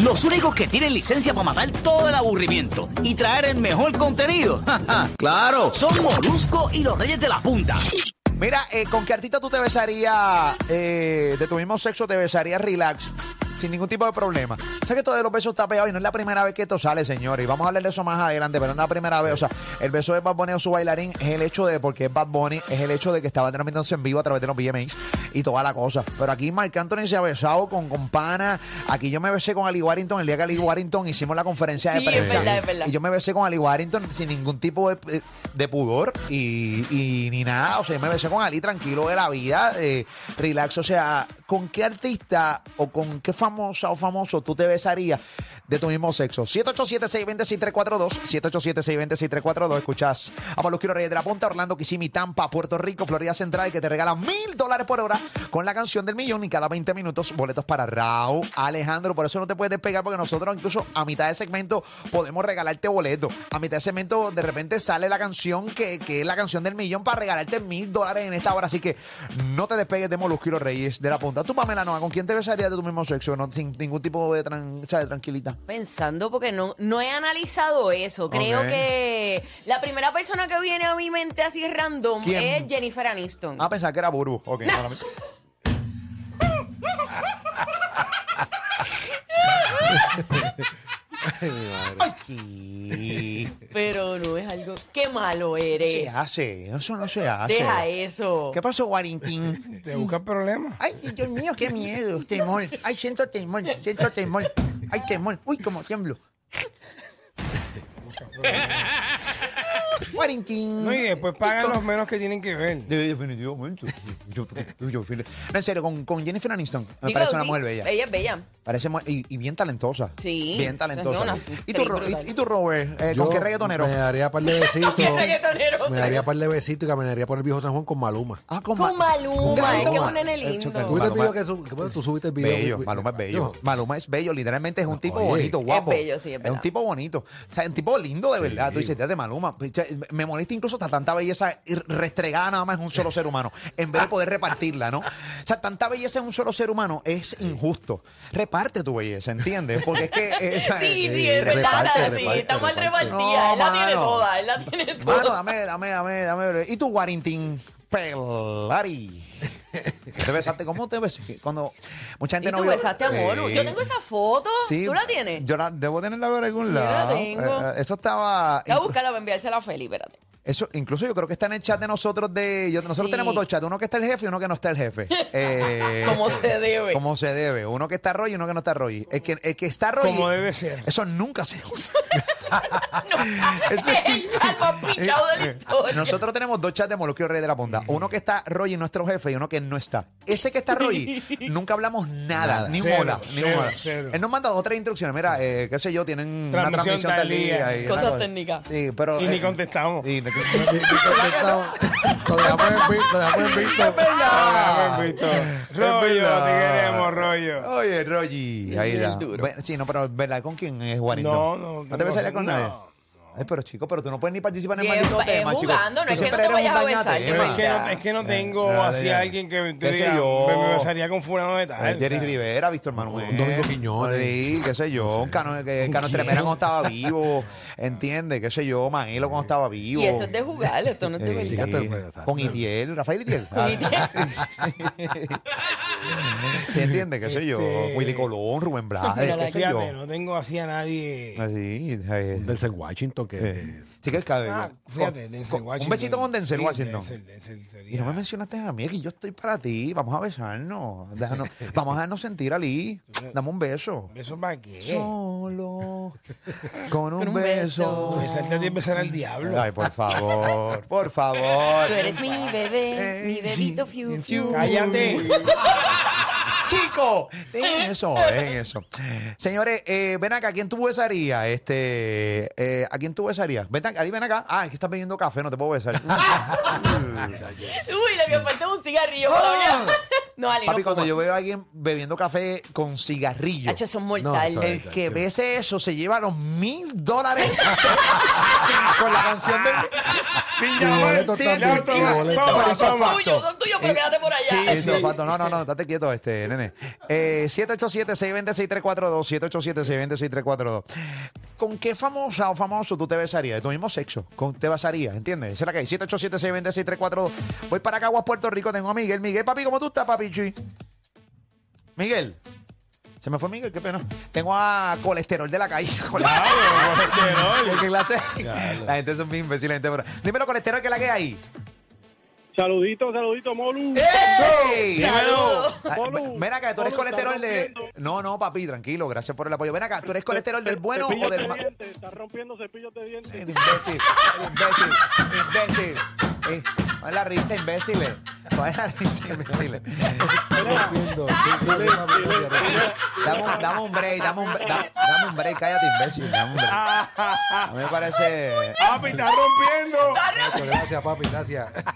Los únicos que tienen licencia para matar todo el aburrimiento y traer el mejor contenido. claro, son Molusco y los Reyes de la Punta. Mira, eh, ¿con qué artista tú te besarías eh, de tu mismo sexo? Te besarías relax, sin ningún tipo de problema. Sé que todo de los besos está pegado y no es la primera vez que esto sale, señores. Y vamos a hablar de eso más adelante, pero no es la primera vez. O sea, el beso de Bad Bunny o su bailarín es el hecho de, porque es Bad Bunny, es el hecho de que estaba transmitiéndose en vivo a través de los VMAs y toda la cosa. Pero aquí Marc Anthony se ha besado con, con pana. Aquí yo me besé con Ali Warrington el día que Ali Warrington hicimos la conferencia de Sí, es prensa. verdad, es verdad. Y yo me besé con Ali Warrington sin ningún tipo de, de pudor y, y ni nada. O sea, yo me besé con Ali tranquilo de la vida, eh, relax. O sea, ¿con qué artista o con qué famosa o famoso tú te besarías de tu mismo sexo? 787-620-6342. 787-620-6342. Escuchas a Molusquero Reyes de la Punta, Orlando, Kissimmee, Tampa, Puerto Rico, Florida Central, que te regala mil dólares por hora con la canción del millón y cada 20 minutos boletos para Raúl Alejandro. Por eso no te puedes despegar porque nosotros incluso a mitad de segmento podemos regalarte boletos. A mitad de segmento de repente sale la canción que, que es la canción del millón para regalarte mil dólares en esta hora. Así que no te despegues de Molusquero Reyes de la Punta. Tú, Pamela Noa, ¿con quién te besarías de tu mismo sexo? No, sin ningún tipo de, tran- o sea, de tranquilidad. Pensando porque no, no he analizado eso. Creo Ok. que la primera persona que viene a mi mente así random ¿Quién? es Jennifer Aniston. Ah, pensaba que era Buru. Ok, no, no, Ay, ¿qué Pero no es algo. Qué malo eres. se hace? Eso no se hace. Deja eso. ¿Qué pasó, Warrington? Te buscas problemas. Ay, Dios mío, qué miedo, temor. Ay, siento temor, siento temor. Ay, temor. Uy, como tiemblo. Warrington. No, y después Mm. pagan los menos que tienen que ver. De- Definitivamente. Yo- yo- yo- no, en serio, con, con Jennifer Aniston me Digo, parece una sí, mujer bella. Ella es bella. Parece mu- y, y bien talentosa. Sí. Bien talentosa. Es una ¿Y, tú, Ro- actriz brutal. y, y tú, Robert? eh, ¿Con Yo qué reggaetonero? Me daría par de besitos. qué reggaetonero? me daría par de besitos y caminaría por el viejo San Juan con Maluma. Ah, Con Ma- Maluma, con es que es Maluma. un nene Eh, lindo. chocolate. ¿Tú viste el Maluma- video que, su- que bueno, tú subiste el video? Bello, Uy, uy, Maluma es bello. yo. Maluma es bello, literalmente es un tipo Oye. bonito, guapo. bello, sí, es un verdad. tipo bonito. O sea, un tipo lindo de verdad. Tú dices, de Maluma. picha, Me molesta incluso hasta tanta belleza ir- restregada nada más en un solo ser humano, en vez de poder repartirla, ¿no? O sea, tanta belleza en un solo ser humano es injusto. Reparte tu belleza, ¿entiendes? Porque es que. eh, o sea, Sí, sí, eh, es verdad. reparte, sí, reparte, está mal reparte. repartida. No, él la tiene mano. toda, él la tiene toda. Mano, dame, dame, dame, dame. ¿Y tu Warrington Pelari? ¿Te besaste? ¿Cómo te besas? Cuando mucha gente y no tú vio- besaste a Molu. Sí. Yo tengo esa foto. Sí. ¿Tú la tienes? Yo la debo tenerla por algún Yo la lado. tengo. Eh, eh, eso estaba. Voy a inclu- buscarla para enviársela a Feli, espérate. Eso, incluso yo creo que está en el chat de nosotros de. yo- nosotros Sí. tenemos dos chats, uno que está el jefe y uno que no está el jefe. Eh, Como se debe. Como se debe. Uno que está Roy y uno que no está Roy. El que, el que está Roy. Como debe ser. Eso nunca se usa. Es Eso- el chat más pichado de Eh, la historia. Nosotros tenemos dos chats de Moloquio Rey de la Punta. Uno que está Roy, nuestro jefe, y uno que no está. Ese que está Roy, nunca hablamos nada, Nada. ni Cero, mola, ni cero, mola. cero. Él nos manda dos o tres instrucciones. Mira, eh, qué sé yo, tienen una Transmisión transmisión tal tal día. día. y una Cosas cosa. técnicas. Sí, pero, Y ni eh, contestamos. y- Lo dejamos en vi- lo dejamos en Ah, visto. Pepito. Rollo, te verdad. queremos, rollo. Oye, Roy, ahí del está. duro. Ve- Sí, no, pero ¿verdad? ¿Con quién es Juanito? No, no, ¿No te no, besarías con no. nadie? Ay, pero chico, pero tú no puedes ni participar en el Sí, maldito es- es tema, chico. jugando, no Tú es que no siempre te eres un vayas a besar, dañatema. Pero es que, no, Mira. es que no tengo Nada, así Eh, ya. a alguien que me Qué sé diga, yo. me me besaría con fulano de tal. Eh, Jerry ¿sabes? Rivera, Víctor Manuel. Un Domingo Quiñones. Sí, qué sé yo. Un Cano, que, Cano Tremera cuando estaba vivo. ¿Entiendes? Qué sé yo. Maelo cuando estaba vivo. Y esto es de jugar, esto no es de Eh, verdad. esto es verdad. con Itiel, Rafael Itiel. ¿Se entiende? ¿Qué sé yo? Este- Willy Colón, Rubén Blades, Mira la qué sé yo. Fíjate, no tengo así a nadie. Así, eh, Denzel Washington, que eh. sí que el cabello. Ah, fíjate, Denzel Con- con- Washington. Un besito con Denzel Sí, Washington. Denzel, Denzel sería- Y no me mencionaste a mí, es que yo estoy para ti. Vamos a besarnos. Déjanos- vamos a darnos sentir, Ali. Dame un beso. ¿Beso para qué? Solo con un, un beso. beso. Besarte a ti es besar al diablo. Ay, por favor, por favor. Tú eres mi bebé, Eh, mi bebito sí, fiu fiu. fiu. Cállate. ¡Chico! En eso, en eso. Señores, eh, ven acá, ¿a quién tú besarías? Este, eh, ¿A quién tú besarías? Ven acá, Ali, ven acá. Ah, es que estás bebiendo café, no te puedo besar. Uy, le había faltado un cigarrillo para hablar. No, ¡Ah! Ali, Papi, no cuando fuma. yo veo a alguien bebiendo café con cigarrillo, Hacho, son No, eso mortales. es. el que bese eso se lleva los mil dólares con la canción del. Sin Y boleto llamar, también, sin y llamar. boleto. Toma, Eso es toma. facto. tuyo, son tuyos, pero quédate por allá. Eso, Pato. No, no, no, estate quieto, este, nene. Eh, 787-620-6342. 787-620-6342. ¿Con qué famosa o famoso tú te besarías? De tu mismo sexo. ¿Con te besarías? ¿Entiendes? Esa es la que hay. 787-620-6342. Voy para Caguas, Puerto Rico. Tengo a Miguel. Miguel, papi, ¿cómo tú estás, papi? Chuy? Miguel. Se me fue Miguel, qué pena. Tengo a colesterol de la calle. Ah, colesterol. ¿Qué clase? La gente es un imbécil, la gente. pero- Dímelo, colesterol, que la que hay. Saludito, saludito, Molu. ¡Ey! Saludos. Ah, Polo, Ven acá, tú eres Polo, estás colesterol de. rompiendo. No, no, papi, tranquilo, gracias por el apoyo. Ven acá, tú eres colesterol del bueno o Cepillos del de malo. dientes, Estás rompiendo cepillos de dientes. Imbécil, imbécil, imbécil. Eh, ¿cuál es la risa, imbéciles? ¿Cuál es la risa, imbéciles? Viendo, qué clase de familia, ¿no? Dame un, dame un break, dame un, bre- dame, dame un break, cállate, imbécil. Dame un break. A mí me parece. Papi, está rompiendo. Gracias, Gracias, papi, gracias. ¡Estás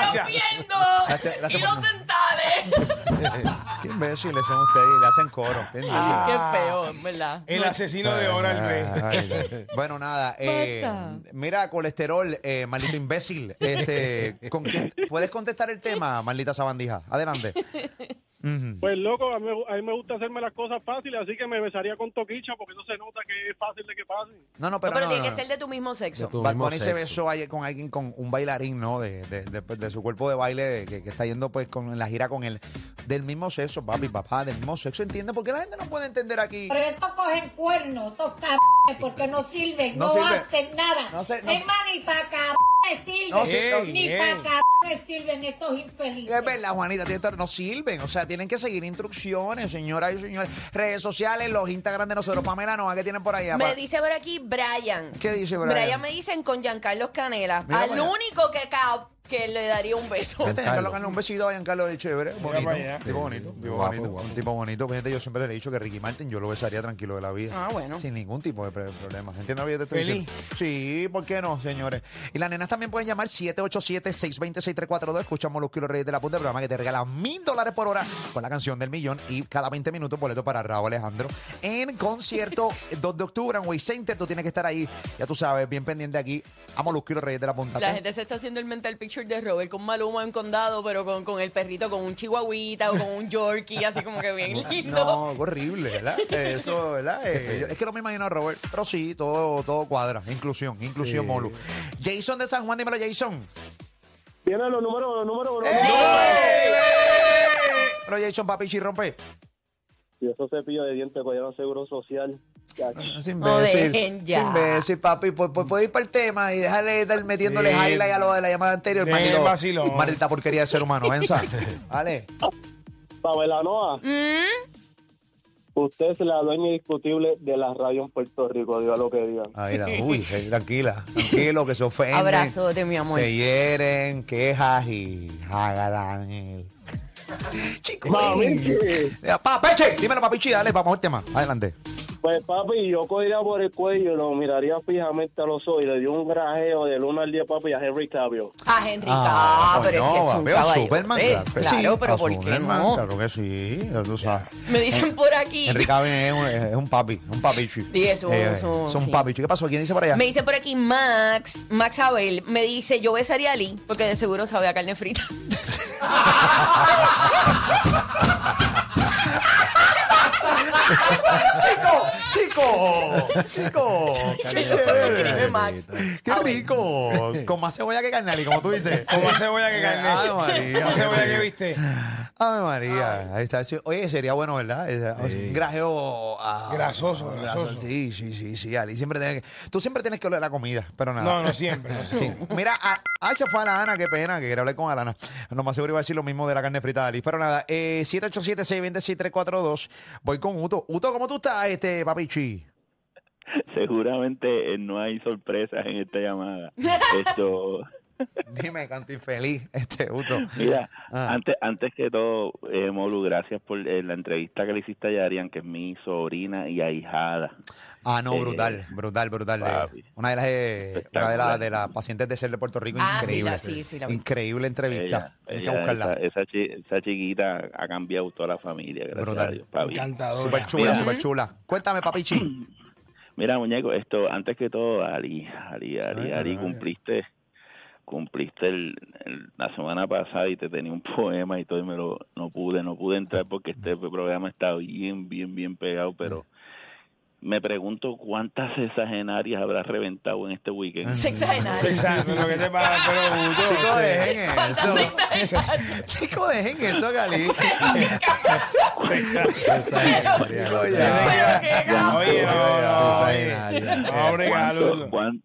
Gracias. rompiendo! Gracias, gracias ¡Y los por- dentales! Qué imbéciles son ustedes, le hacen coro. ¿entiendes? Ah. Qué feo, en verdad. Eh, El asesino de Oral B. Ay, ay. bueno, nada. eh, Basta. mira, colesterol, eh, maldito imbécil. Este, ¿con quién- ¿Puedes contestar el tema, maldita sabandija? Adelante. Pues loco, a mí, me- a mí me gusta hacerme las cosas fáciles, así que me besaría con toquicha porque no se nota que es fácil de que pase. No, no, No, pero, pero no, tiene no, que ser de tu mismo sexo. De tu- Bad mismo Bunny se sexo. besó ayer con alguien, con un bailarín, ¿no? De, de- de- pues, de su cuerpo de baile de- que, que está yendo pues con en la gira con él. Del mismo sexo, papi, papá, del mismo sexo. ¿Entiendes? Porque la gente no puede entender aquí. Pero estos cogen cuernos, estos cabrones, porque no sirven, No no, sirven. hacen nada. No No se- no se- ni para sirven, No sirven. ni Ey, para ey. sirven estos infelices. Es verdad, Juanita, tiene toda- no sirven. O sea, tienen que seguir instrucciones, señoras y señores. Redes sociales, los Instagram de nosotros. Pamela Noa, ¿qué tienen por allá? Me Pa- dice por aquí Brian. ¿Qué dice Brian? Brian me dicen con Giancarlo Canela. Mira al para allá. único que, ca- que le daría un beso. Fíjate, Giancarlo. Giancarlo Canela, un besito a Giancarlo es chévere, bonito, para allá. tipo bonito, tipo guapo, bonito, guapo. un tipo bonito. Fíjate, yo siempre le he dicho que Ricky Martin yo lo besaría tranquilo de la vida. Ah, bueno. Sin ningún tipo de pre- problema. ¿Entiendes lo que yo te estoy Feliz. diciendo? Sí, ¿por qué no, señores? Y las nenas también pueden llamar 787-620-6342. Escuchamos los kilos reyes de la punta del programa que te regala mil dólares por hora con la canción del millón y cada 20 minutos boleto para Raúl Alejandro en concierto 2 de octubre en Way Center. Tú tienes que estar ahí, ya tú sabes, bien pendiente aquí. Amo los kilos reyes de la punta. La ¿ok? gente se está haciendo el mental picture de Robert con Maluma en condado, pero con, con el perrito, con un chihuahuita o con un yorkie, así como que bien lindo. No, qué horrible, ¿verdad? Eso, ¿verdad? Eh, yo- es que no me imagino a Robert, pero sí, todo, todo cuadra. Inclusión, inclusión, Molu. Jason de San Juan, dímelo, Jason. Tiene los números, los números, los Pero Jason, papi, chirrompe. Y esos cepillos de dientes pues, cobraron seguro social. Es No imbécil. dejen ya. Es imbécil, papi. Pues, pues, puedes ir para el tema y déjale estar metiéndole Sí. highlight a lo de la llamada anterior. Deja el vacilón. Maldita porquería de ser humano, venza. Vale. Pamela Noa. Usted es la dueña indiscutible de la radio en Puerto Rico, diga lo que digan. Ahí la- uy, eh, tranquila, tranquilo, que se ofenden. Abrazote, mi amor. Se hieren, quejas y agarran el... Chico, Mamichi. eh, papeche, dímelo, papichi, dale, vamos al tema. Adelante. Pues papi, yo cogería por el cuello, lo miraría fijamente a los ojos y le dio un grajeo de luna al día, papi, a Henry Cavill. Ah, Henry, Ah, ah, pero es que es coño, un veo caballero. Superman, Eh, claro, que sí, claro, a pero ¿por qué Superman, no? Claro que sí, ya tú sabes. Me dicen por aquí. Henry Cavill es un, es un papi, un papichi. Eh, Sí, es un- es un- es un sí. papichi. ¿Qué pasó? ¿Quién dice por allá? Me dice por aquí Max, Max Abel, me dice, yo besaría a Lee, porque de seguro sabe a carne frita. ¡Chico! ¡Oh, ¡Chico! ¡Chico! ¡Qué Eso fue lo que escribe chévere! Max. ¡Qué Abel. rico! Con más cebolla que carnal, y como tú dices. Ah, Con más cebolla que carne. Ay, María. Con qué cebolla que rico. viste. Ay, María. Ahí está. Sí, Oye, sería bueno, ¿verdad? Es- Un grajeo. ah, Grasoso, grasoso. Sí, sí, sí, sí. Ali, siempre tiene que- tú siempre tienes que oler la comida, pero nada. No, no siempre. No Sí. siempre. Mira, ah, ah, se fue Alana, qué pena, que quería hablar con Alana. No más seguro iba a decir lo mismo de la carne frita de Ali. Pero nada, eh, 787-620-6342. Voy con Uto. Uto, ¿cómo tú estás, este papichi? Seguramente eh, no hay sorpresas en esta llamada. Esto, Dime, canto infeliz, este Uto. Mira, Ah. antes, antes que todo, eh, Molu, gracias por eh, la entrevista que le hiciste a Yarian, que es mi sobrina y ahijada. Ah, no, Eh, brutal, brutal, brutal. papi. Una de las eh, una de, Espectacular. las de las pacientes de ser de Puerto Rico, Ah, sí, increíble. la- sí, sí, la vi. increíble entrevista. Ella- Hay que ella, buscarla. Esa, esa chi- esa chiquita ha cambiado toda la familia, gracias Brutal. a Dios. papi. Encantadora. Súper chula, Mira. súper chula. Cuéntame, papichi. Mira, muñeco, esto, antes que todo, Ari, Ari, Ari, Ay, Ari, María. cumpliste, cumpliste el- el- la semana pasada y te tenía un poema y todo, y me lo, no pude, no pude entrar porque este programa está bien, bien, bien pegado, pero me pregunto cuántas exagenarias habrás reventado en este weekend. Sexagenario. Exacto, lo que te pasa, pero Guto, Chicos, este, dejen eso. ¿Cuántas sexagenarias? Chicos, dejen eso, Gali. Exacto. Oye, Pero qué cabrón. Oye, no, no, Sexagenaria. oye. No, regalo. ¿Cuánto- cuán-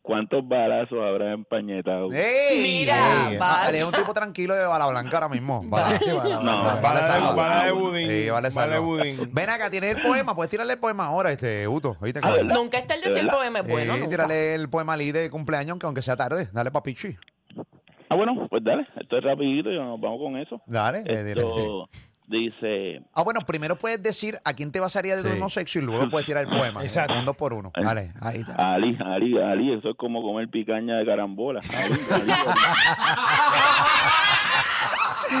¿Cuántos balazos habrás empañetado? Eh. ¡Ey! Mira, Ey, va. ah, él es un tipo tranquilo de bala blanca ahora mismo. Bala, bala, No, bala, bala de- salva. bala de budín. Sí, bala de Bala de salva. budín. Ven acá, tienes el poema. Puedes tirarle el poema ahora, este Uto. ¿Oíste? Ah, ¿verdad? Nunca está el decir el poema, es pues, bueno. Eh, nunca. tírale el poema Lee de cumpleaños, aunque aunque sea tarde. Dale, papichi. Ah, bueno, pues dale, esto es rapidito y nos vamos con eso. Dale. eh, dile. Esto dice... Ah, bueno, primero puedes decir a quién te basaría de Sí. tu mismo sexo y luego puedes tirar el poema. Exacto. Un dos por uno. Dale, ahí está. Ali, Ali, Ali, eso es como comer picaña de carambola. Ah, Ali,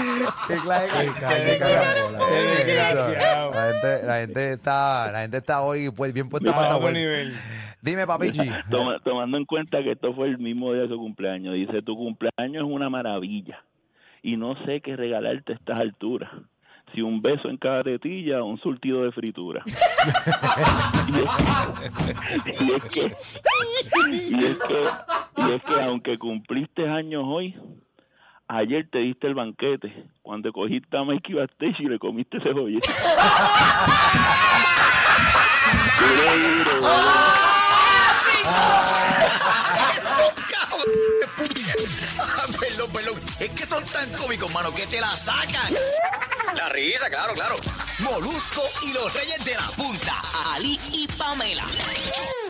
Ali, Ali. Qué clase de- clase qué de carambola. carambola. Qué Qué desgraciado. La gente, la gente está, la gente está hoy pues bien puesta para A esta otro vuelta. nivel. Dime, papichi. Toma- tomando en cuenta que esto fue el mismo día de su cumpleaños. Dice, tu cumpleaños es una maravilla y no sé qué regalarte a estas alturas. Si un beso en carretilla o un surtido de fritura. y, es, y es que, y es que- y es que aunque cumpliste años hoy, ayer te diste el banquete cuando cogiste a Mikey Bastechi y le comiste ese joyete. Duro, duro, duro. Perdón, perdón. Es que son tan cómicos, mano, que te la sacan. La risa, claro, claro. Molusco y los reyes de la punta. Ali y Pamela.